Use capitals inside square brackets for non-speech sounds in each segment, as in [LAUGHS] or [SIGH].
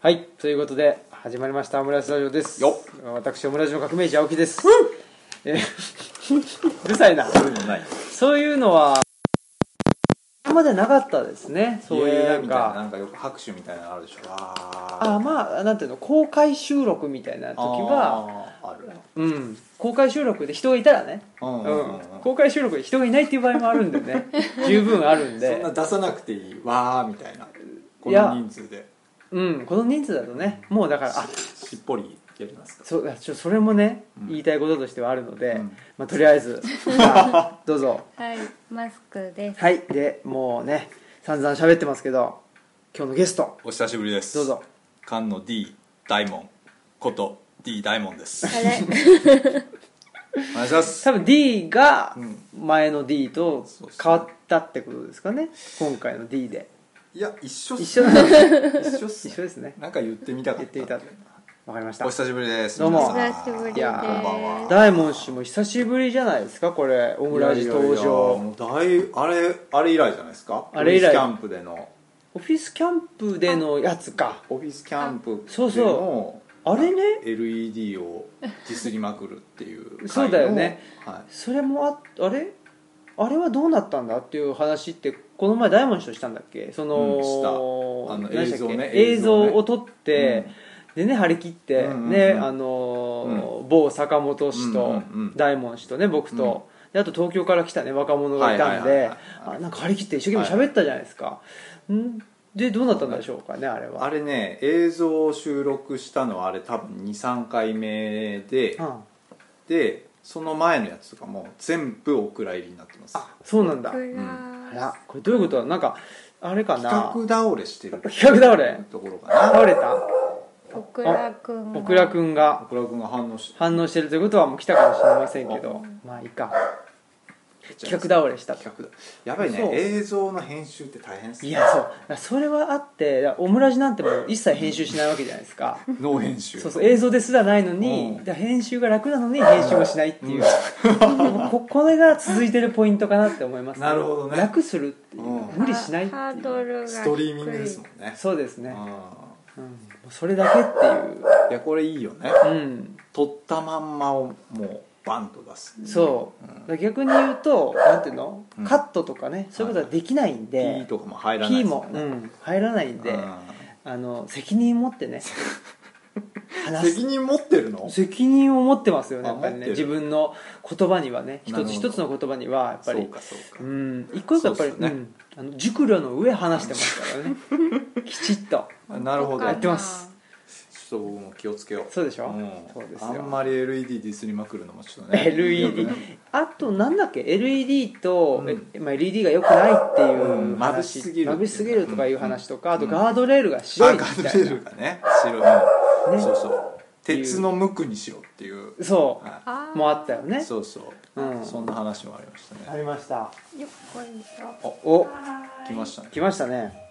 はいということで始まりましたオムライスラジオですよ私オムライスの革命児青木です、えーうるさいなそういうのないそういうのは今までなかったですねそういうなんみたいなかなんかよく拍手みたいなのあるでしょああまあなんていうの公開収録みたいな時はあるうん公開収録で人がいたらね、うんううんうんん、公開収録で人がいないっていう場合もあるんで [LAUGHS] ね十分あるんそんでな出さなくていいわーみたいなこいやの人数でうんこの人数だとねもうだからあしっぽりやりますかそうあちょそれもね、うん言いたいこととしてはあるので、うんまあ、とりあえ [LAUGHS] ずまあどうぞはい、マスクです。はいでもうね散々喋ってますけど今日のゲストお久しぶりですどうぞ菅野 D 大門こと D 大門ですあれ、お願いします多分 D がうん前の D とそうそう変わったってことですかね今回の D でいや一緒っす一緒だね一緒っす一緒ですねなんか言ってみたかった言ってみわかりましたお久しぶりですどうもお皆さ久んしぶりいでやこんばんはす。大門氏も久しぶりじゃないですかこれオムラジ登いやいやいや場もうだいあれあれ以来じゃないですかあれ以来オフィスキャンプでのオフィスキャンプでのやつかオフィスキャンプでのそうそあれね LED をディスりまくるっていう回のそうだよね、はそれもああれあれはどうなったんだっていう話ってこの前大門氏としたんだっけそうんしたの,あの何でしたっけ、映像ね映映像像ねを撮って、でね張り切って、うんうんうんねあのー某坂本氏うんとうんうん大門氏とね僕と、であと東京から来たね若者がいたんはいはいはいではいあなんか張り切って一生懸命喋ったじゃないですか、んでどうなったんでしょうかねあれい、はあれね映像を収録したのはあれ多分23回目で、うんでその前のやつとかも全部お蔵入りになってますあそうなんだ暗いあらこれどういうことだなんかあれかな企画倒れしてる企画倒れところかな倒れたオクラくん。小倉くんがお蔵君が反応し反応してるということはもう来たかもしれませんけどまあいいか企画倒れしたと企画だやばいそねう映像の編集って大変っすねいやそうだからそれはあってだからオムラジなんてもう一切編集しないわけじゃないですかノー編集そうそう映像ですらないのにうんだから編集が楽なのに編集をしないっていう、もうこ [LAUGHS] これが続いてるポイントかなって思います、なるほどね楽するっていう、うん無理しないってハーいドうルが低い。ストリーミングですもんねそうですね、ううん、もうそれだけってんいやこれいいよねいううん撮ったまんまをもうバンと出すそう、うんだから逆に言うとなんていうの、うんカットとかねそういうことはできないんで、 P とかも入らな P いですよも、ねうん、入らないんで、うあの責任持って [LAUGHS] ねん話責す任持ってるの責任を持ってますよねあやっぱり持っねてる自分の言葉にはねな一るつほど一つの言葉にはやっぱそうりかそうかうん一個一個やっぱりそうっすよねうんあの熟慮の上話してます [LAUGHS] からねきちっとあなるほどやってます。ちょっと僕も気をつけようそうでしょ、うんそうですあよんまり LED ディスりまくるのもちょっとね LED あとなんだっけ LED と、うんえまあ、LED が良くないっていううん話眩しすぎる眩しすぎるとかいう話とか、うんあとガードレールが白バいみカたのいなレールがね白いうんねそうそう鉄の無垢にしろっていうそはあうーもあったよねいそうそううんそんな話もありましたあねりましたよっこいしょ。お来ましたね来ましたね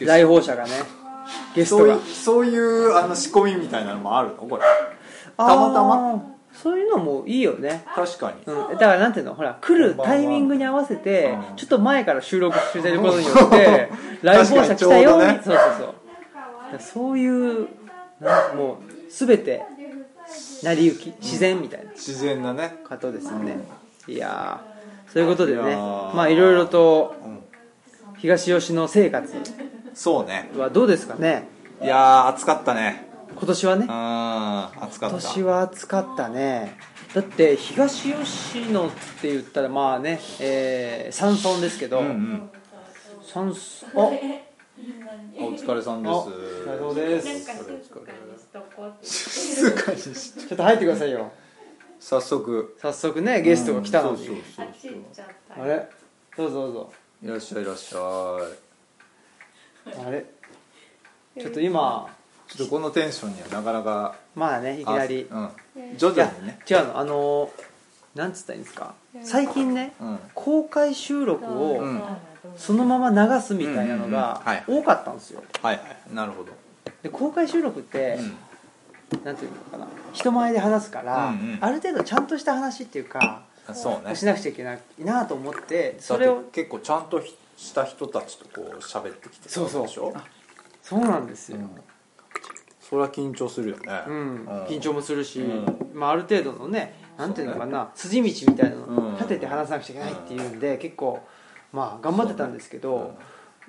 来訪者がねゲスそトうがいうそういうあの仕込みみたいなのもあるのこれたまたまそういうのもいいよね確かにうん、だからなんていうのほら来るタイミングに合わせてうんちょっと前から収録してることによって来訪者来たように確かにそうそうそうだからそういうなんもう全て成り行き自然みたいな自然なね方ですよね、いやーそういうことでねいやーまあいろいろとうん東吉野生活そうねはどうですかねいやー暑かったね今年はねうん暑かった今年は暑かったねだって東吉野って言ったらまあね、えー、山村ですけど、うんうん山村ああお疲れさんですあお疲れ様ですお疲れお疲れす。静かにしてちょっと入ってくださいよ早速早速ねゲストが来たのに、うんそうそうそうあれどうぞどうぞいらっしゃいいらっしゃあれちょっと今いちょっとこのテンションにはなかなかまあねいいきなりうん徐いや々にね違うのあのーなんつったらいいんですか最近ねうん公開収録をうんそのまま流すみたいなのうんうんうんはがい多かったんですよはいはいなるほどで公開収録って、なんていうのかな人前で話すから、うんうんある程度ちゃんとした話っていうか、あそうねしなくちゃいけないなと思ってそそれれをを結構ちゃんとひした人たちとこう喋ってきてたでしょそうそうそうなんですよ、うんそりゃ緊張するよね、うんうん緊張もするし、うんまあ、ある程度のねなんていうのかな、筋道みたいなうのんを立てて話さなくちゃいけないっていうんで、結構まあ頑張ってたんですけど、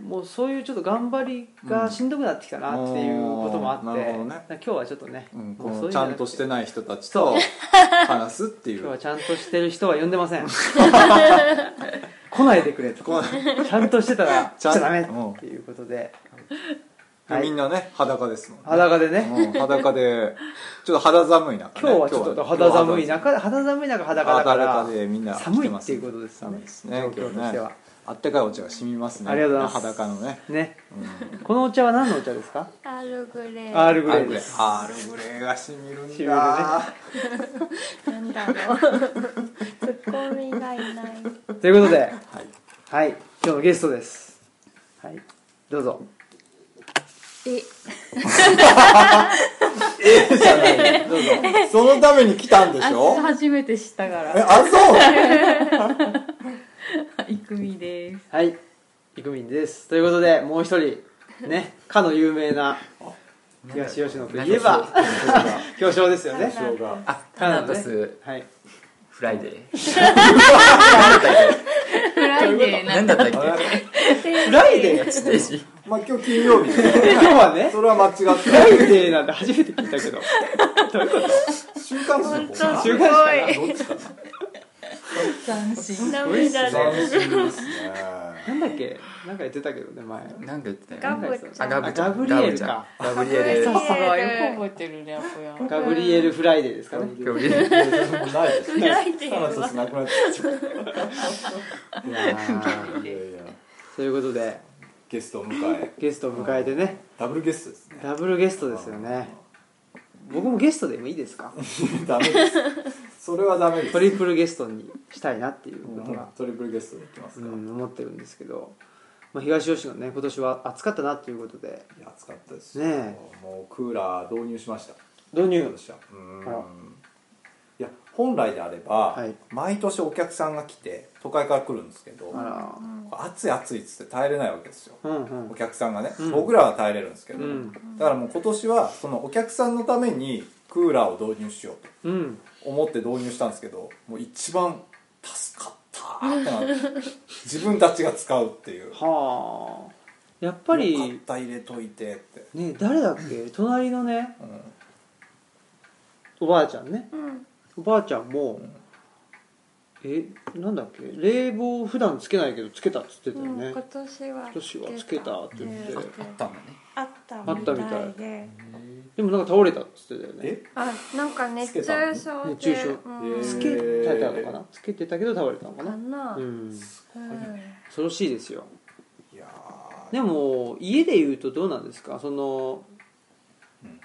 もうそういうちょっと頑張りがしんどくなってきたなっていうこともあって、うんなるほどねだから今日はちょっとね、うん、こもうそういのうちじゃなくんとしてない人たちそとう話すっ [LAUGHS] てい今日はうちゃんとしてる人は呼んでま [LAUGHS] せん来ないでくれとこうちゃんとしてたらちちゃゃんダメうんっていうことで、はみいん、なね裸ですもんね裸でね、うん裸でちょっと肌寒い中、ね、今日はちょっと肌寒い中肌寒い中裸だから裸でみんな寒いっていうことですね寒いですね状況としては今日ねあったかいお茶が染みますねありがとうございます裸のね、ねうんこのお茶は何のお茶ですかアールグレーアールグレーですアールグレーが染みるんだ染みるねなんだろうツッコミがいないということではい、はい今日のゲストですはいどうぞええじゃないどうぞそのために来たんでしょ初めて知ったかえらあそういくみですはいイクミンですということでもう一人ねかの有名な東吉野といえば表彰ですよね表彰があタナトスはいフライデ [LAUGHS] フライデーーななんんだだったっあけれフライデーステージまあ今日金曜日で今日はねそれは間違って [LAUGHS] フなラいイデーなんて初めて聞いたけど週刊誌の方かな週刊誌かなどっちかな斬新涙斬で新ですねなんだっけなんか言ってたけどね前なんか言ってガたよブねリエルあガブちゃんあガブリエルかガブリエルさガすがよく覚えてるねやっぱやガブリエル・フライデーですかねブリエルもうないですフライデータナトはスなくなっちゃっいやーたいやいやということでゲストを迎えゲストを迎えてねダブルゲストですね [LAUGHS] ダブルゲストですよね僕もゲストでもいいですかダメですそれはダメですトリプルゲストにしたいなっていうことが、トリプルゲストでいきますうか、ん、思ってるんですけど、まあ、東吉野ね今年は暑かったなっていうことでいや暑かったですねもうクーラー導入しました導入私はうあらーんいや本来であれば、はい毎年お客さんが来て都会から来るんですけどあ暑い暑いっつって耐えれないわけですよ、らうんうんお客さんがね、うん僕らは耐えれるんですけど、うんだからもう今年はそのお客さんのためにクーラーを導入しようとうん思って導入したんですけどもう一番助かったってなって自分たちが使うっていうやっはあやっぱりた入れといてって、ね誰だっけ隣のねうんおばあちゃんねうんおばあちゃんも、えなんだっけ冷房普段つけないけどつけたっつってたうよね、ん今年は今年はつけたって言ってつけあったんだねあったあったみみたたいいででもなんか倒れたっつってたよねえあなんか熱中症で熱中症うんつけてたのかなつけてたけど倒れたのかかななううんん恐ろしいですよいやーでも家で言うとどうなんですかそのうん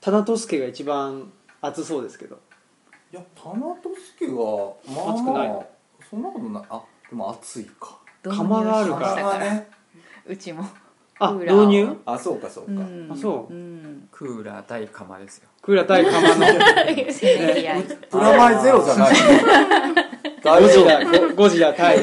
忠利家が一番暑そうですけどいや田中俊樹はまあ暑くまないあそんなことないあでも暑いか釜があるから導入しましたらねうちもあクーラーを導入あそうかそうか、うんあそううんクーラー対釜ですよクーラー対釜の [LAUGHS] せめぎ合いプラマイゼロじゃない大ゴ丈ジ夫ラゴゴジラ対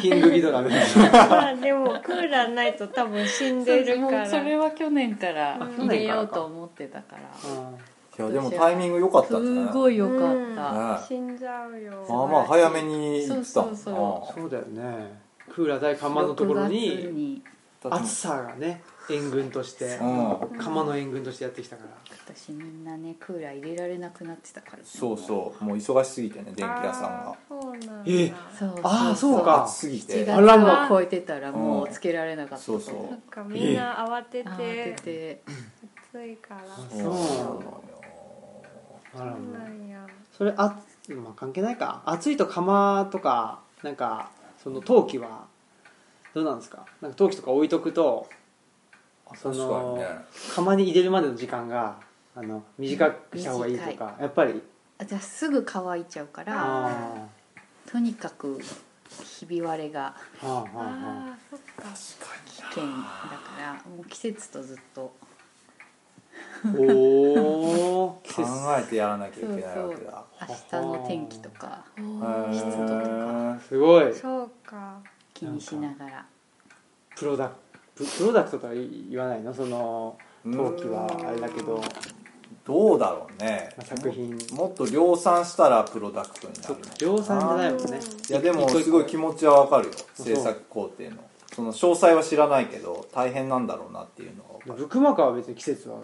キングギドラみ [LAUGHS] たいなまあでもクーラーないと多分死んでるもからうそれは去年から入れようと思ってたからいやでもタイミング良かったんじゃすないごいよかったね死んじゃうよまあまあ早めに行ってたもんそうそうあそそうだよねクーラー対釜のところ6に月にあ暑さがね援軍としてうん釜の援軍としてやってきたから私みんなねクーラー入れられなくなってたからねそうそうもう忙しすぎてね電気屋さんあがーそうなんだえそうそうあーそう暑かすぎ7て月あらまを超えてたらもうつけられなかったそうそうなんかみんな慌てて慌てて暑いからそうあらそもううなんやそれあ、まあ、関係ないか暑いと釜とかなんかその陶器はどうなんですかなんか陶器とか置いとくとそ確かにのね釜に入れるまでの時間があの短くした方がいいとかやっぱりあじゃあすぐ乾いちゃうからあとにかくひび割れがーはあはあはあああそっか危険だからもう季節とずっとおお季考節えてやらなきゃいけないわけだ明日の天気とかへ湿度とーすごいそうか気にしながらプロダクププロダクトとは言わないのその陶器はあれだけどどうだろうねまあ作品もっと量産したらプロダクトになそるっのか量産じゃないもんねいやでも一個一個すごい気持ちはわかるよそう制作工程のその詳細は知らないけど大変なんだろうなっていうのが分かるブックマーカーは別に季節は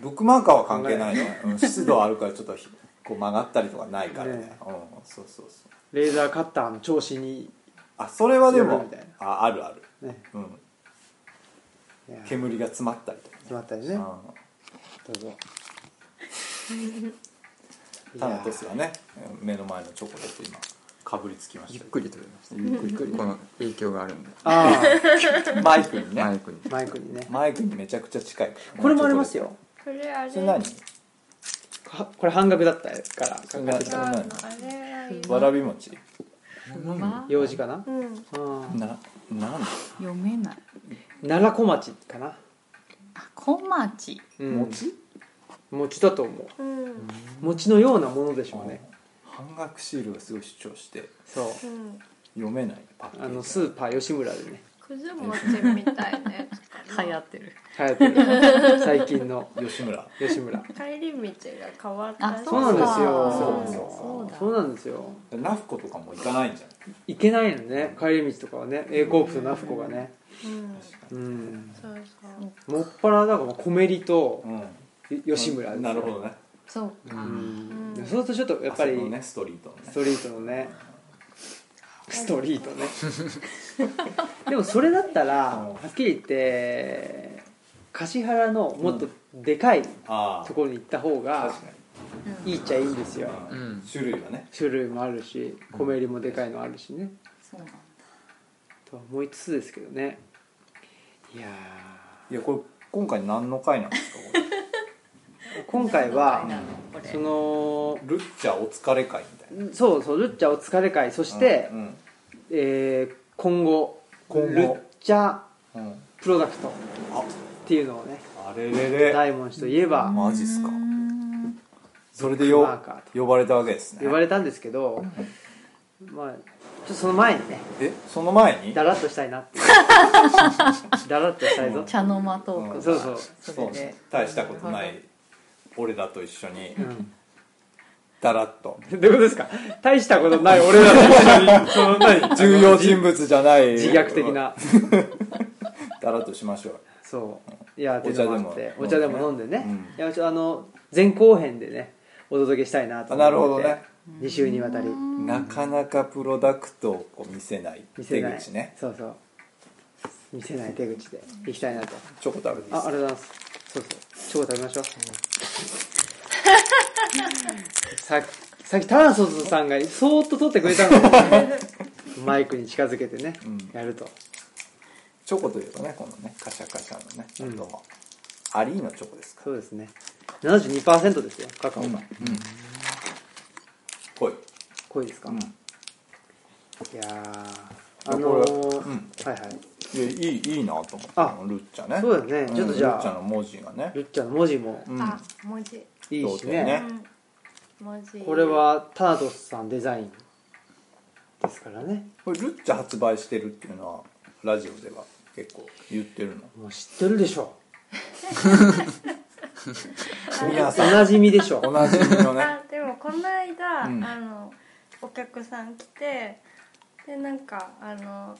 ブックマーカーは関係ないね、うん、湿度あるからちょっとひこう曲がったりとかないからねねうん、そうそうそうレーザーカッターの調子にあそれはで強めもみたいああるある、ねうん、いや決煙が詰まったりとかねまったりねどうぞうん、タナトスがねうん目の前のチョコレート今かぶりつきましゆったくり取れましたゆっくりこの影響があるんでありマイクにね、マイクにあマイクにねマイクにめちゃくちゃ近いからこれもありますよこれあれそれ何かこれ半額だったからかかっそれ何てきたあれは今わらび餅用事かなうんうんななん読めない奈良小町かなあ小町うん餅餅だと思ううん餅のようなものでしょうね半額シールがすごい主張してそううん読めないパッケージあのスーパー吉村でねくず餅みたいなやつか流行なってる流行ってる最近の吉村吉村帰り道が変わったしそうなんですよそうそうそうだそうなんですよナフコとかも行かないんじゃない行けないのね帰り道とかはね A コープとナフコがねうんうんそうそうもっぱらだからコメリとうん吉村ですなるほどねそううかんうそんうするとちょっとやっぱりあそこのねストリートのねストリートのねストリートね [LAUGHS] でもそれだったらうはんっきり言って橿原のもっとでかいああところに行った方が確かいいっちゃいいんですよに、うん種類はね種類もあるし米入りもでかいのあるしねそうなんだとは思いつつですけどねいやいやこれ今回何の回なんですかこれー今回何はなのこれそのルッチャお疲れ会みたいなそうそうルッチャお疲れ会そして、うんえー今後今後ルッチャうんうんプロダクトっあていうのをねあれれれ大門氏といえばマジっすかうーんそれでよマーカー呼ばれたわけですね呼ばれたんですけど、まあちょっとその前にねえその前にだらっとしたいな [LAUGHS] っていうだらっとしたいぞ、茶の間トークがそうそうそれで大したことない俺らと一緒にうんだらっ [LAUGHS] とどういうことですか大したことない俺らと一緒 [LAUGHS] にその何重要人物じゃない自虐的なだらっとしましょう [LAUGHS] そういやっていうのもあっておお茶茶ででもも飲んでね、うんいやちょあの前後編でねお届けしたいなと思ってあなるほどね2週にわたりなかなかプロダクトをこう見せない見せ手ない口ねそうそう見せない手口でいきたいなとチョコ食べていいあっあすりがとうございますそうそうチョコ食べましょうささっきタナソスさんがそーっと取ってくれたのに [LAUGHS] マイクに近づけてね、うんやるとチョコというとねこのねカシャカシャのねうんどうもアリーナチョコですかそうですね72%ですよカカオらが、うん濃い濃いですか、うんいやーあこのれーうんはいはいいやいいいいなと思ってあルッチャねそうだよねちょっとじゃあルッチャの文字がねルッチャの文字もうんあ文字いいしそうだよねねうん文字これはタナトスさんデザインですからねこれルッチャ発売してるっていうのはラジオでは結構言ってるのもう知ってるでしょ皆おさんなじみでしょおなじみのねあでもこの間、うんあのお客さん来てでなんかあの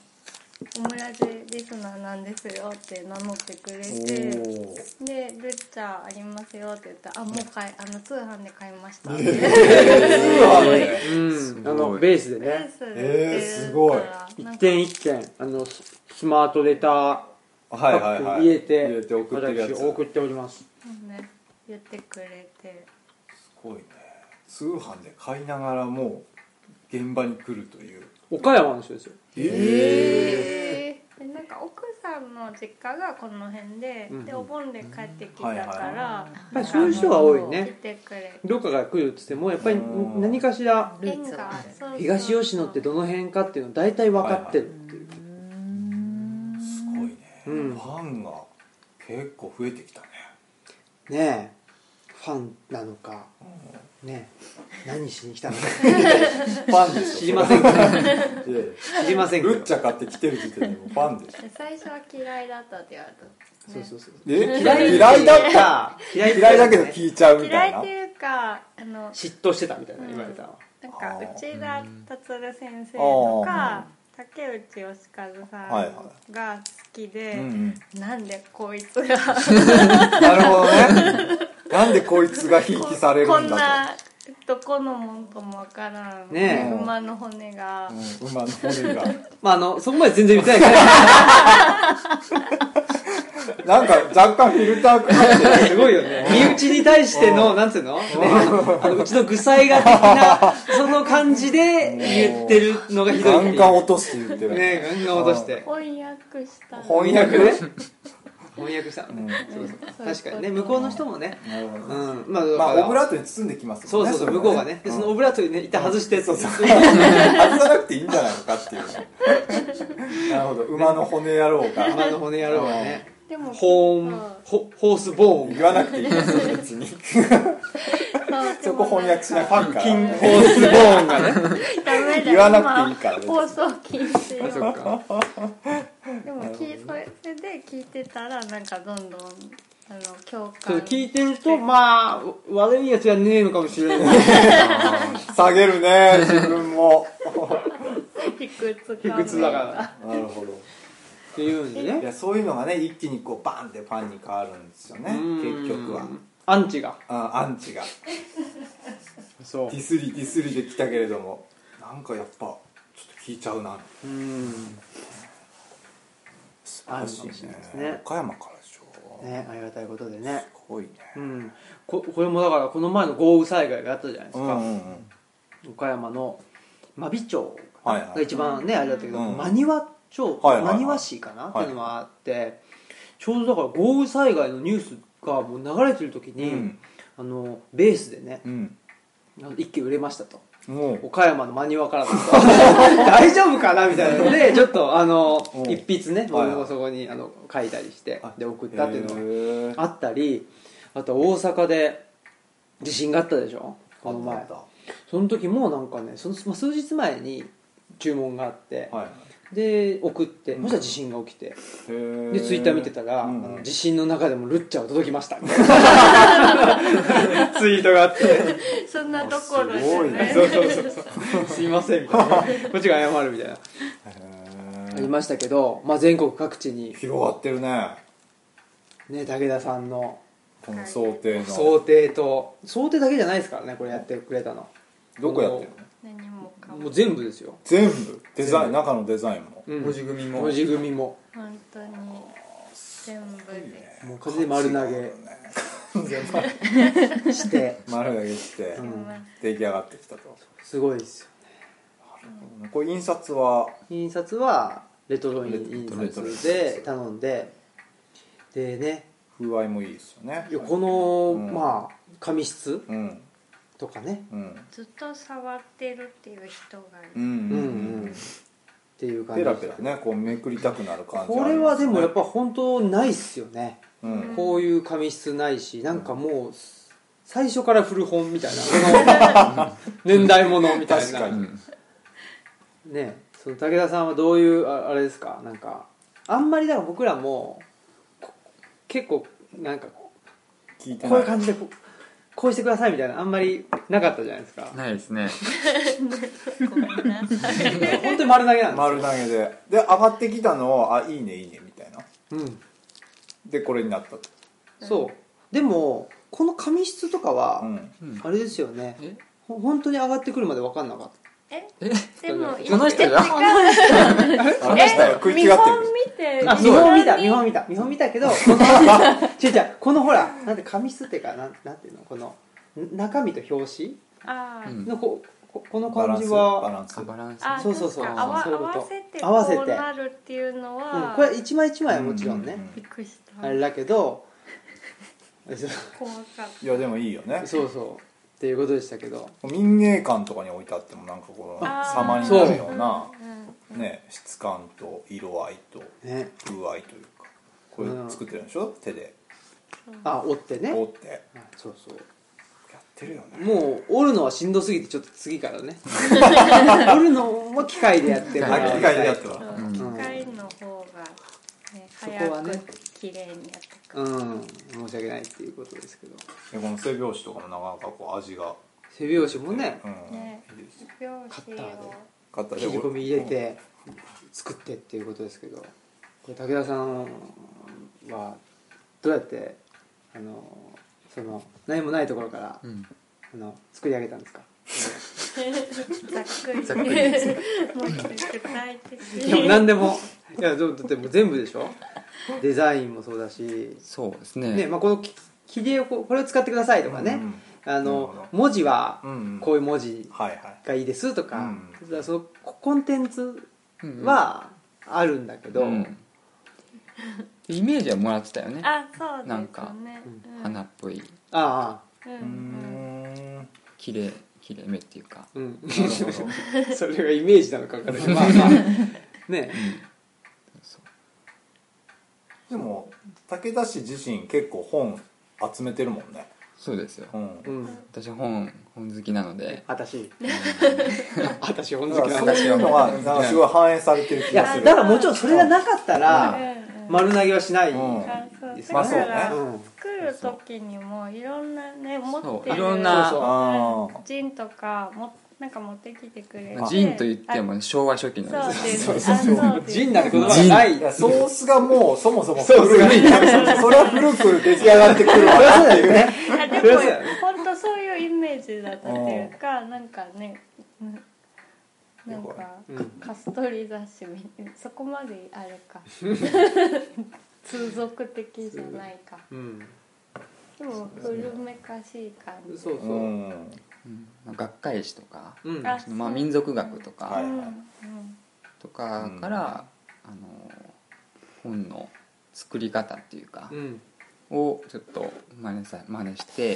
オムラジリスナーなんですよって名乗ってくれおおてーでルッチャーありますよって言ったらあもう買いあの通販で買いました [LAUGHS] うんあのごいベースでレーねスでえーすごい一点点一点あのススマートレターはいはいはい入れて入れて送ってるやつ私送っておりますね言ってくれてすごいね通販で買いながらもう現場に来るという岡山の人ですよええでなんか奥さんの実家がこの辺で、うんでお盆で帰ってきたかはいはいら、やっぱりそういう人が多い来ねてくれどっかが来るっつってもやっぱりうん何かしらルーツがは東吉野ってどの辺かっていうの大体分かってるっていう、すごいね、うんファンが結構増えてきたねねえファンなのかねえ何しに来たのかファンでし [LAUGHS] ょ知りませんけどそれいやいや知りませんけどルッチャ買って来てる時点でもうファンでしょ最初は嫌いだったって言われたねそうそうそうえ嫌い嫌いだったた嫌い嫌いだけどね聞いちゃうみた嫌いいなっていうかあの嫉妬してたみたいな言われたわ、なんかあー内田達先生とうか竹内義和はいさはんが好きで、うんうんなんでこいつがなるほどねなんでこいつがひいきされるんだことんなどこのもんかもわからん、ねえ馬の骨が、うん馬の骨がまああのそこまで全然見てないからなんか若干フィルターかかってる [LAUGHS] すごいよね身内に対してのなんていうの,、ね、あのうちの具材が的 [LAUGHS] なその感じで言ってるのがひどいガっていうンガン落として言ってる、ねガンガン落として翻訳したら翻翻訳ね翻訳したのうんね、そうそうそう確かにね向こうの人もねなるほどうんねまあだまかあらオブラートに包んできますそうそうそう向こうがねでそのオブラートにね一旦外してそうそう外さなくていいんじゃないのかっていうねなるほど馬の骨野郎が馬の骨野郎はねでもホーンホホースボーン言わなくていいですよ別にそこ翻訳しなくていいから金ホースボーンがねダメだ言わなくていいからね今放送禁止あそっかでも聞いそれで聞いてたらなんかどんどんあの共 [LAUGHS] そう感聞いてるとまあ悪いやつじゃねえのかもし [LAUGHS] れない下げるね自分も卑屈卑感屈だからなるほどっていうんでいねやそういうのがね一気にこうバンってファンに変わるんですよねうん結局はアンチがあアンチがそディスりディスりできたけれどもなんかやっぱちょっと聞いちゃうなううん素晴らしあるいかもしれねないですね岡山からでしょ、ねありがたいことでねすごいねうんここれもだからこの前の豪雨災害があったじゃないですか、うん岡山の真備町はいはいが一番ね、あれだったけど、うん真庭町、はいはいはい真庭市かな、はいっていうのがあってちょうどだから豪雨災害のニュースがもう流れてる時に、うんあのベースでねうん「一気売れました」と。もう岡山の真庭からだと [LAUGHS] 大丈夫かなみたいなの [LAUGHS] でちょっとあのうん一筆ねはいはい僕もそこにあの書いたりしてあで送ったっていうのがのあったりあと大阪で地震があったでしょこの前その時もなんかねその、まあ、数日前に注文があって、はいで送ってうそんしたら地震が起きてででツイッター見てたら、うんうん地震の中でもルッチャーは届きましたみたいなツイートがあってねそんなところすごでいねねそうそうそうそう [LAUGHS] すいませんみたいな [LAUGHS] こっちが謝るみたいなありましたけど、まあ、全国各地に、広がってるねね、武田さんのこの想定の想定と想定だけじゃないですからねこれやってくれたのどこやってるの何もかももう全部ですよ、全部デザイ全ン部中のデザインもうん、文字組みも文字組みも本当に全部でもう風で丸投げ全部して丸投げしてうすいんません出来上がってきたとすごいですよこれ印刷は印刷はレトロインレ印トロ刷で頼んででね風合いもいいですよねこの、うんまあ紙質うんとかねうんずっと触ってるっていう人がいうんうるうんんうん、うっんていう感じペラペラねこうめくりたくなる感じこれはでもやっぱぱ本当ないっすよね、うんこういう紙質ないしなんかもう最初から古本みたいなこの年代物みたい確なかにんねその武田さんはどういうああれですかなんかあんまりだから僕らもこ結構なんか聞いてこうないうい感じでこうこうしてくださいみたいなあんまりなかったじゃないですかないですねごめんなさい本当に丸投げなんで丸投げでで上がってきたのをあいいねいいねみたいなすよ、うん、でこれになったとそうでもこの紙質とかは、うんうんあれですよねえほ本当に上がってくるまで分かんなかっええでもこの人があの人は食い違ってる見てたあ見本見た見本見た見本見たけどこの [LAUGHS] 違う違うこのほらなんて紙質っていうかなんなんていうのこのん中身と表紙あーうんのこここのバラ感ンじスはバランスあバランスあそうそうそうなんか合わそういうこと合わせて合わせてこうなるっていうのは、うん、これ一枚一枚はもちろんね、ううびっくりしたあれだけど [LAUGHS] 怖かったいやでもいいよねそうそうっていうことでしたけど民芸館とかに置いてあってもなんかこのあー様になるようなうんね質感と色合いとね風合いというかこれ作ってるんでしょ手であ折ってね折ってやそうそうってるよねもう折るのはしんどすぎてちょっと次からね折るのも機械でやってうもんらあいたい機械でやってそたううん機械の方が、ね、そこは早ねく綺麗にやってくる、うん申し訳ないっていうことですけどでこの背拍子とかもなかなかこう味が、背拍子もねうんねいいですよ拍カ子ッターでを買ったで切り込み入れて作ってっていうことですけどこれ武田さんはどうやってあのその何もないところから、うんあの作り上げたんですかざっくりざっくもりっと具体的いやもうに何でもいやでもだってもう全部でしょデザインもそうだし、そうですねねまあ、このき切り絵をこうこれを使ってくださいとかね、あなるのほ文字はうんうんこういう文字はいはいがいいですとか,、うんだからそのココンテンツうんうんはあるんだけど、うんイメージはもらってたよねあそうですねなんかうん花っぽいああうんうーんな綺麗綺麗目っていうかうんるほ [LAUGHS] どそれがイメージなのか分からないけどまあまあねそうでも武田氏自身結構本集めてるもんねそうですようんうん私本本好きなので私 [LAUGHS] 私本好だきなからそう私いうのはなんかすごい反映されてる気いがすやるだからもちろんそれがなかったうらんうん丸投げはしない、うんあそうですまあそうねだからうん作る時にもいろんなね持そうってるいろんなそうあージンとかもなんか持ってきてくれまあてジンと言ってもね昭和初期あなんですそようですそうそうそうあそうです人なんて言葉がないいやソースがもうそもそもソースが古いそれは古く出来上がってくるわなっていうねあでも本当そういうイメージだったっていうかなんかねうんなんかうんカストリ雑誌みたいなそこまであれか通俗的じゃないかうんでも古めかしい感じそうそううんうんまあ学会誌とかうんあまあ民族学とはかいうんとかからあの本の作り方っていうかうんをちょっと真似さ真似して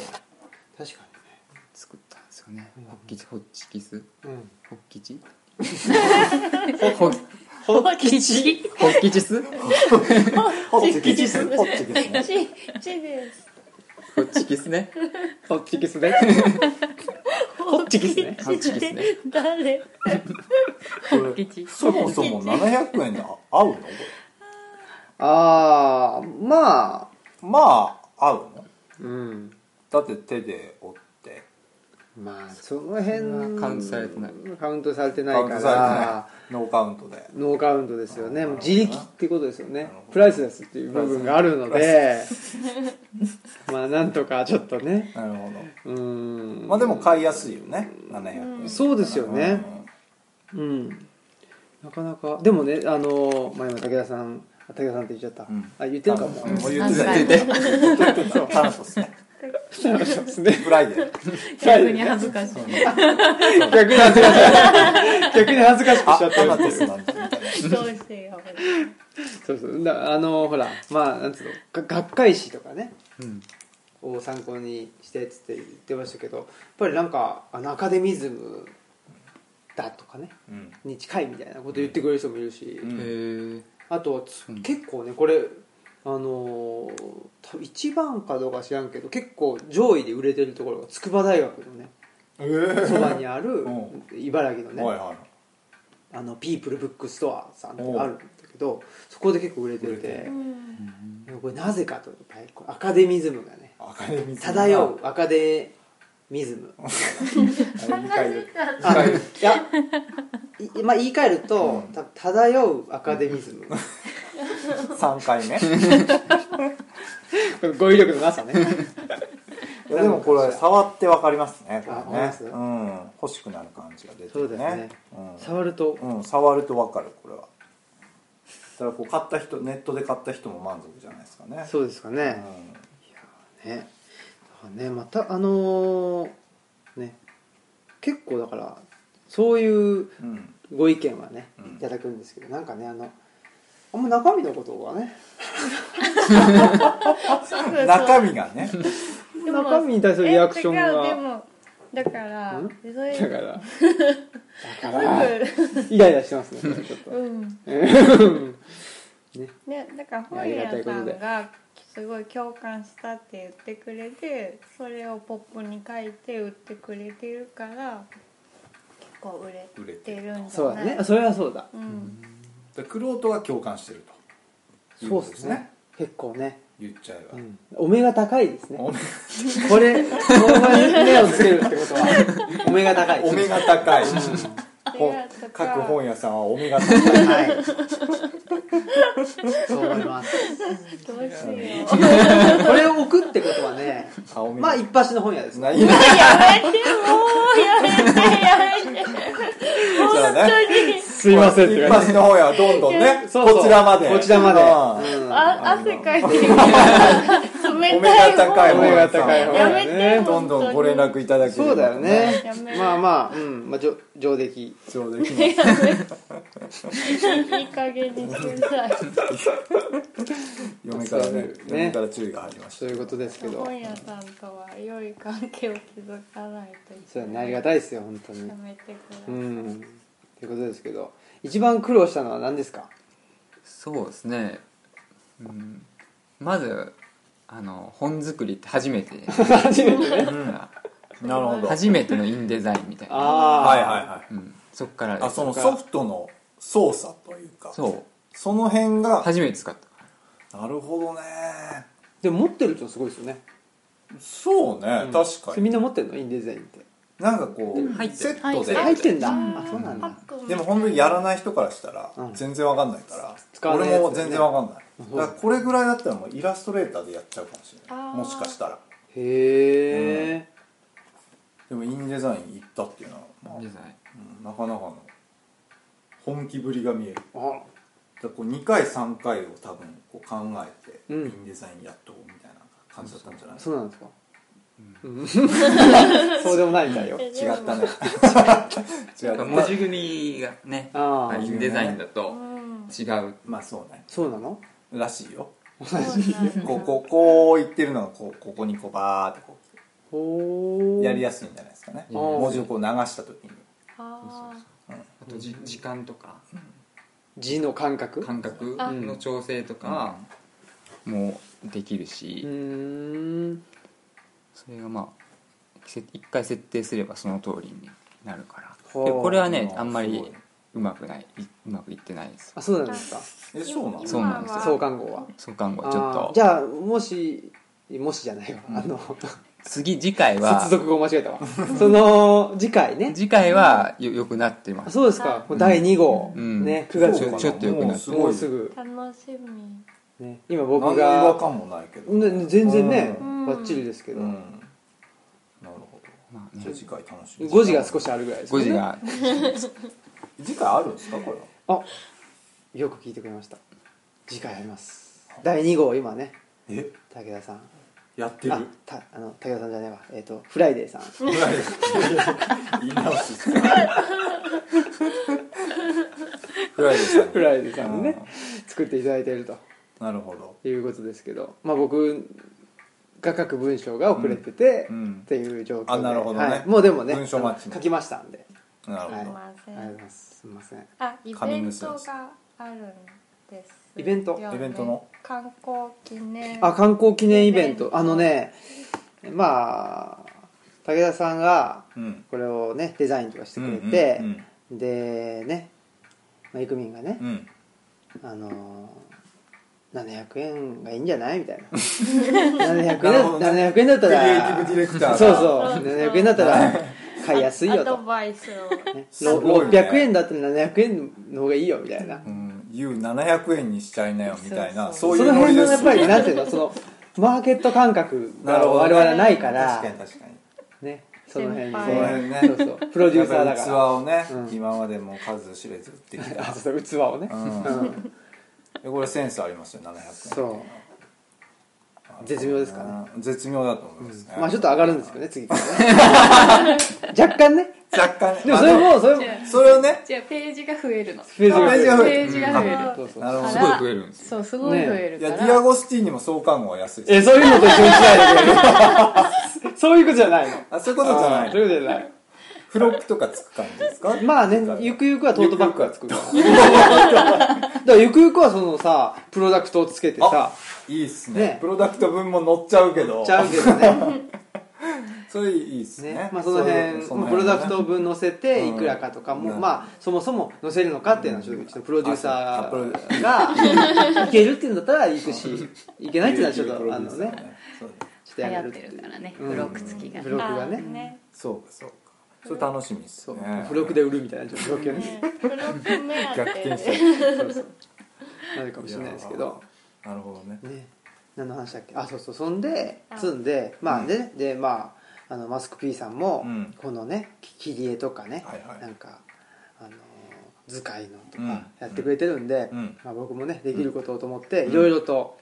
確か作ったんですよねうんホッキチホッチキスにねホッキチホッホうん吉ホッキチスホッチキスホッチキスね吉ですホッチキスねホッチキスねホッチキスねホッチキスね誰吉そもそも700円で合うのこれああまあまあ合うのうんだって手で折ってまあその辺はカウントされてないカウントされてなカいウンかトされてならいノーカウントでノーカウントですよねもう自力っていうことですよねるほどプライスレスっていう部分があるので [LAUGHS] まあなんとかちょっとねなるほうーんどまあでも買いやすいよね700円そうですよねうんなかなかでもねあの、まあ、今武田さんあ武田さんって言っちゃった、うんあ言ってるかも、 [LAUGHS] うんもう言あってそうた言ってた炭素ですねそうですねフライデー逆に恥ずかしい逆に恥ずかしい逆に恥ずかしくしあちゃってるタっていナうテスなんてみたいなどうしてよそうそうだあのほらまあなんつうのが学会誌とかねうんを参考にしてっつって言ってましたけどやっぱりなんかあのアカデミズムだとかねうんに近いみたいなこと言ってくれる人もいるし、うんへえあとはつうん結構ねこれあのー多分一番かどうか知らんけど結構上位で売れてるところが筑波大学のねええそばにあるう茨城のね、はいはいあのピープルブックストアさんってあるんだけどそこで結構売れて売れててう。んこれなぜかというとやっぱりこうアカデミズムがねアカデミー漂うアカデミズム2回言うあいやい [LAUGHS] まあ言い換えるとうんた漂うアカデミズム3 [LAUGHS] 回目語彙力のなさねいやでもこれ触ってわかりますねこあわかりれまねすうん欲しくなる感じが出てるねそうですねうん [LAUGHS] 触るとうん、触るとわかるこれはだからこう買った人ネットで買った人も満足じゃないですかねそうですかうねねんだからねまたあのーね結構だからそういううんご意見はねうんいただくんですけどなんかねあのあんま中身のことはね中身がねでも中身に対するリアクションえ違うでがもだからんそれだからだからすイライラしてますねちょっとぐうんうんねだから本いやありがた屋いさことでんがすごい共感したって言ってくれてそれをポップに書いて売ってくれてるから結構売れ売れててるんじゃそうなだいねそれはそうだうんるくろうとが共感してるとそうですね結構ね、言っちゃえば、うん、お目が高いですねおめ [LAUGHS] これここに目をつけるってこと [LAUGHS] はお目が高いお目が高い目本が高い各本屋さんはお目が高いはいそう思いますどうしよう [LAUGHS] これを置くってことはねあお目まがあ一発の本屋ですねないじゃやめてもうやめてやめてあねす一発の方やどんどんねそうそうこちらまでこちらまでうんうん [LAUGHS] あ汗かいてるお冷目がた高いいもん本屋さんお目が高い本やめてどんどんご連絡いただければそうだよねやめまあまあうんまあ上上出来ちょうどいいねいい加減にしなさい嫁からねね嫁から注意が入りましそういうことですけど本屋さんとは良い関係を築かないといそけうだねなあいりがたいですよ本当にやめてくださうい、んということですけど一番苦労したのは何ですかそうですね、うん、まずあの本作りって初めて初めてねたうんなるほどはい初めてのインデザインみたいな、ああはいはいうん、そっからですあそのソフトの操作というかそうその辺が初めて使ったなるほどねでも持ってるとすごいですよねそうねうん確かそれにみんな持ってるのインデザインってなんかこうん入っうてるセットで入入ってんだうんあそうなんだでも本当にやらない人からしたらうん全然わかんないから、使わないや俺つだよねも全然わかんない、うんだからこれぐらいだったらもうイラストレーターでやっちゃうかもしれなあいーもしかしたらへえでもインデザイン行ったっていうのは、まあインデザインうんなかなかの本気ぶりが見えるだかあらこう2回3回を多分こう考えてイうんンデザインやっとこうみたいな感じだったんじゃない、そうなんですかうん [LAUGHS] そうでもないみたいよえ違ったね [LAUGHS] 違った文字組みがねああインデザインだでとも違うまあそうねそうなのらしいようんこ [LAUGHS] うこうこう言ってるのがこうここにこうバーってこほうーやりやすいんじゃないですかねうん文字をこう流した時にああとじ時間とか字の感覚う感覚の調整とかもできるし、ーんそれがまあせ一回設定すればその通りになるからほうでこれはねうんあんますりごいうまくないうまくいってないですあそうなんですかえそうなのそうなんですよ相関号は相関号ちょっあとーじゃあもしもしじゃないわあの次次回は接続語間違えたわその次回ね次回はよ良くなってまあすそうですかこれ第2号うんね9そうか月なちょちょっと良くなもうったすもごういすぐ楽しみね今僕僕が何の違が和感もないけどね全然ねうんバッチリですけうんどなるほまあどねじゃあ次回楽しみ5時が少しあるぐらいです5ね時が次回あるんですかこれはあよく聞いてくれました次回あります第2号今ねえ武田さんやってるあたあの武田さんじゃないわえっ、とフライデーさんぐらいです言い直し [LAUGHS] ぐらいですフライデーさんね作っていただいているとなるほどいうことですけど、まあ、僕が書く文章が遅れてて、うんうんっていう状況であなるほどねはい、もうでもね文章マッチね書きましたんですなすいるほどませありん、がとうございますすみませんあイカミベングンスートツがあるんですよねイベントイベントの観光記念あ観光記念イベンイベントトあのねまあ武田さんがうんこれをねデザインとかしてうんくうれんうんて、でね、まあ、イクミンがね、うんあのー、700円がいいんじゃないみたいな [LAUGHS] 700, 円なるほどねだ700円だったクリらエイティブディレクターがそうそう700円だったら買いやすいよアドと、バイスをね、すごいね600円だったら700円の方がいいよみたいな、うん、U700 円にしちゃいなよみたいなそそうそいうのノリ辺のですやっよぱりなんていうのそのマーケット感覚なるがほど我ね々はないから確かに確かにねその辺で先輩その辺ねそうそうプロデューサーだか器らをね、うん今までも数知れず売ってきあたそう器をね、うんうんでこれセンスありますよ700円そう絶妙ですかねね絶妙だと思いますね、まあちょっと上がるんですけどね次から [LAUGHS] ね若干ね若干ねでもそれまあもそれも [LAUGHS] 違うそれをねじゃあページが増えるのペあページが増えるページが増えるそうそうなるほすどごい増えるんですよそうすごい増えるいかやデら、ィアゴスティーニも相関号は安いですえそういうのと一緒にしないでくれるそういうことじゃないのあそういうことじゃなそういいうことじゃないフロップとかつく感じですかまあねゆくゆくはトートバッグは [LAUGHS] 作るからだからゆくゆくはそのさプロダクトをつけてさいいっすねねプロダクト分も乗っちゃうけどちゃうけどねそれいいですねねまあ、その辺そまのあプロダクねト分載せていうんくらかとかも、うんまあ、そもそも載せるのかっていうのはちょっとうちのプロデューサうんあーがいけるっていうんだったら行くしいけないっていうのはちょっとあのねそうちょっと流や行めるってっているうからねうんブロック付きがブロックがねあーねそうかそうかそれ楽しみですそう、ね付録で売るみたいな状況にねブロック目当逆て転でしてるそうそうなるかもしれないですけどなるほどねね何の話だっけあそうそうそんであ積んでまあうんね、でまああのマスク P さんも、うんこのねき切り絵とかね、はいはいなんかあのー図解のとうんかやってくれてるんで、うんまあ、僕もねできることをと思って、うんいろいろと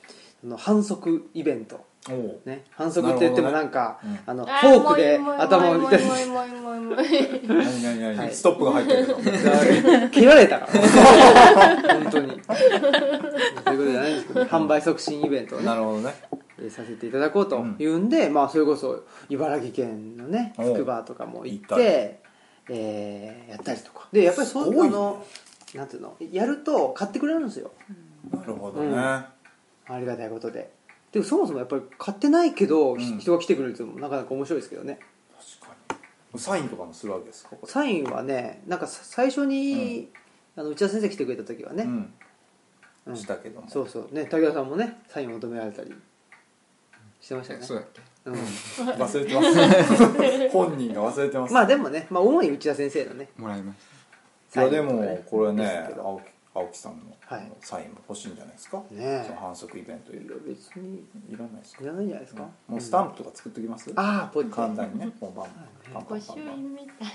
あの反則イベント、おおうね、反則って言ってもななるんか、うんあのフあォークでもう頭をも打うたれもうもうもうもうもう何何何、はいストップが入ってるけどて蹴られ [LAUGHS] たから、ね、本当に。 [LAUGHS] ということじゃないんですけど、販売促進イベントをねなるほどねえーさせていただこうというんで、まあそれこそ茨城県のねおうつくばとかも行っ行ったてえーやったりとかでやっぱりそうすごいあねのなんていうのやると買ってくれるんですよなるほどね、うんあありがたいことででもそもそもやっぱり買ってないけど、ひうん人が来てくれるっていうのもなかなか面白いですけどね確かにサインとかもするわけですかこれサインはねなんかさ最初に、あの内田先生来てくれた時はね、う、うんんしたけどもそうそうね武田さんもねサインを求められたりしてましたよねそうだっけうん忘れ [LAUGHS] てます本人が忘れてます、まあでもね、まあ、主に内田先生のねもらいましいやでサインとかもねこれですねけど青木青木さんのはいサインも欲しいんじゃないですか、ねえその反則イベントいいや別にらないですかいらないんじゃないですか、もうスタンプとか作っときます、ああポッ簡単にねもうバンバンバンバごン朱バン印みた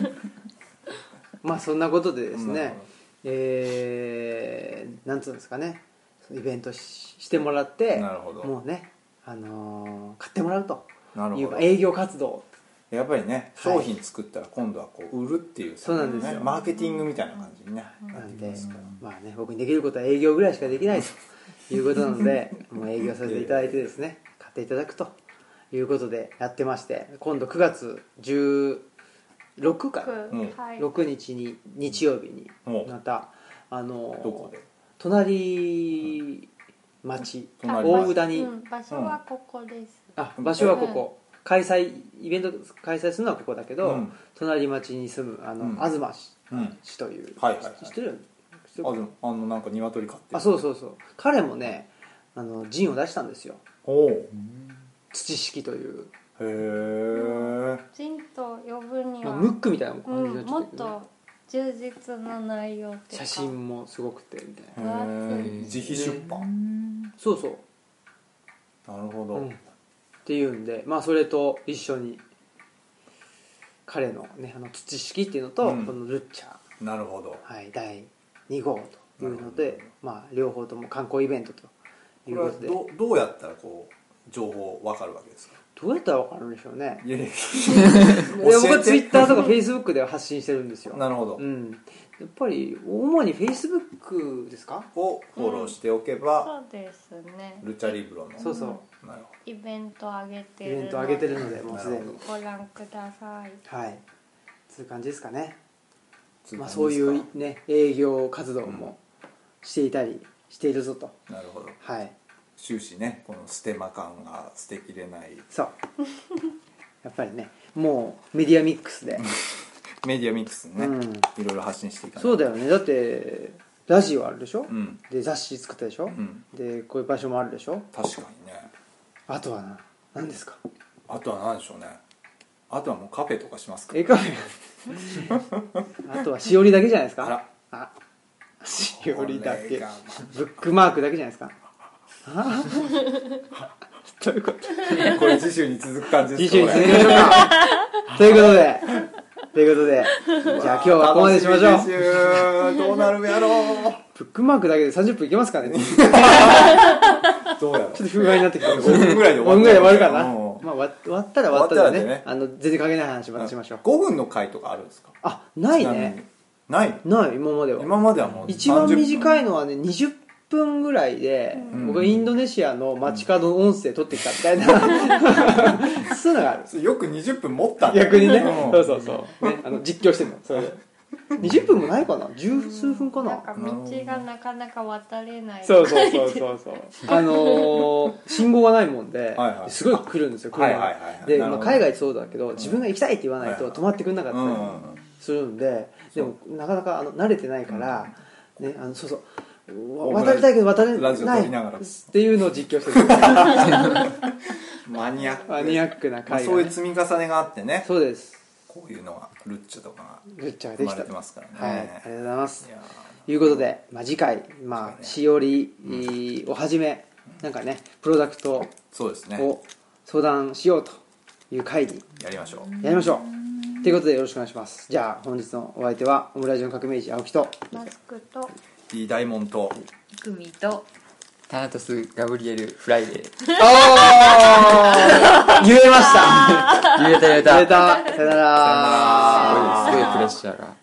いまあそんなことでですなるね、えー、なんつうんですかねイベントししてもらってなるほどもうね、あのー買ってもらうとなるいほうど営業活動やっぱりねはい商品作ったら今度はこう売るっていうそうなんですよねマーケティングみたいな感じにねななってんきで、ますからまあね僕にできることは営業ぐらいしかでき [LAUGHS] ないということなのでもう営業させていただいてですね買っていただくということでやってまして今度9月16かならうんはい6日に日曜日におまたあのーどこで隣町、隣大町宇田に、うん場所はここですあ場所はここ、開催イベント開催するのはここだけど、うん隣町に住むあの、うん東市うん市という、はいはいはい知ってるよねあでもあのなんか鶏飼ってあそううそうそう彼もねあの陣を出したんですよおおへ土式という、えジンと呼ぶにまはあ、ムックみたいなう感じになっん、ちゃもっってるねと充実な内容とか写真もすごくてみたいな、ー自費出た版そうそうなるほうんどっていうんで、まあ、それと一緒に彼の,、ね、あの土式っていうのと、うんこのルッチャー、なるほどはい、第2号というのでなる、まあ、両方とも観光イベントとこいれうはことでどどどうやったらこう情報わかるわけですかうやったら分かるんでしょうねいやい [LAUGHS] やいや僕教えはてツイッターとかフェイスブックでは発信してるんです [LAUGHS] よ、なるほどうん、やっぱり主にフェイスブックですかをフォローしておけばそうですねルチャリブロのそうそうなるほイベントあげてイるのベント上げてるのでもうすでなにるご覧くださいはいそういう感じですかねどまあ、そういうね営業活動うんもしていたりしているぞと、なるほどはい終始ねこのステマ感が捨てきれないそう [LAUGHS] やっぱりねもうメディアミックスで、メディアミックスね、うんいろいろ発信していかないそうだよよねだってラジオあるでしょ、うんで雑誌作ったでしょ、んでこういう場所もあるでしょ確かにねあとはな何ですかあとは何でしょうねあとはもうカフェとかしますかえカフェあとはしおりだけじゃないですかあらあしおりだこれけがブックマークだけじゃないですかあどういうことこれ次週に続く感じで次すか週に続けましょうかということでということでじゃあ今日はここまでしましょううどうなるやろうブックマークだけで30分いけますかね [LAUGHS] ちょど [LAUGHS] うやろうっと不具合になってきた [LAUGHS] 5分ぐらいで終わ5分ぐらいで終わるかな、うんまあ、わ終わったら終わったでね終わったらでねあの全然関係ない話またしましょう、 5分の回とかあるんですかあないちみにねないのない今までは今まではもう一番短いいのはね20分ぐらいで、うん僕はインドネシアの街角音声撮ってきたみたいな、 [LAUGHS] そういうのがあるよく20分持ったね逆にね、うん [LAUGHS] そうそうそう、ね、あの実況してるのそれで20分もないかな十数分かななんか道がなかなか渡れないそうそうそうそうそう [LAUGHS] あのー信号がないもんで、はいはいすごい来るんですよ車が、はいはいはいはいで、なるまあ、ほど海外そうだけど自分が行きたいって言わないはいとはい止まってくれなかったうんりするんで、でもなかなかあの慣れてないから、ねあのそうそうわ渡りたいけど渡れなラいジオ撮りながらっていうのを実況 [LAUGHS] してるマニアックマニアックなまあ海外、そういう積み重ねがあってねそうですこういうのがルッチョとかルッチャーがでが生まきれたてますからね、はい、ありがとうございますいやということで、まあ、次回、まあ、しおりえーをはじめ、なんかね、プロダクトそうですねを相談しようという会にやりましょうやりましょう。ということで、よろしくお願いします。じゃあ、本日のお相手は、オムラジオの革命児、青木と、マスクと D 大門とくみとタナトスガブリエルフライデー言えました [LAUGHS] 言えた言えた [LAUGHS] 言えたさよなすごいらすごいプレッシャーが